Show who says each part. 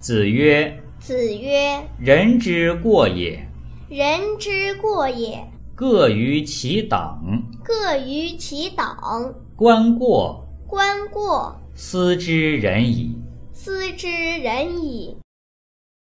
Speaker 1: 子曰
Speaker 2: 子曰：“
Speaker 1: 人之过也，：“
Speaker 2: 人之过也，
Speaker 1: 各于其党。
Speaker 2: 各于其党。
Speaker 1: 观过，
Speaker 2: 观过，
Speaker 1: 斯知人矣。”
Speaker 2: 斯知人矣。”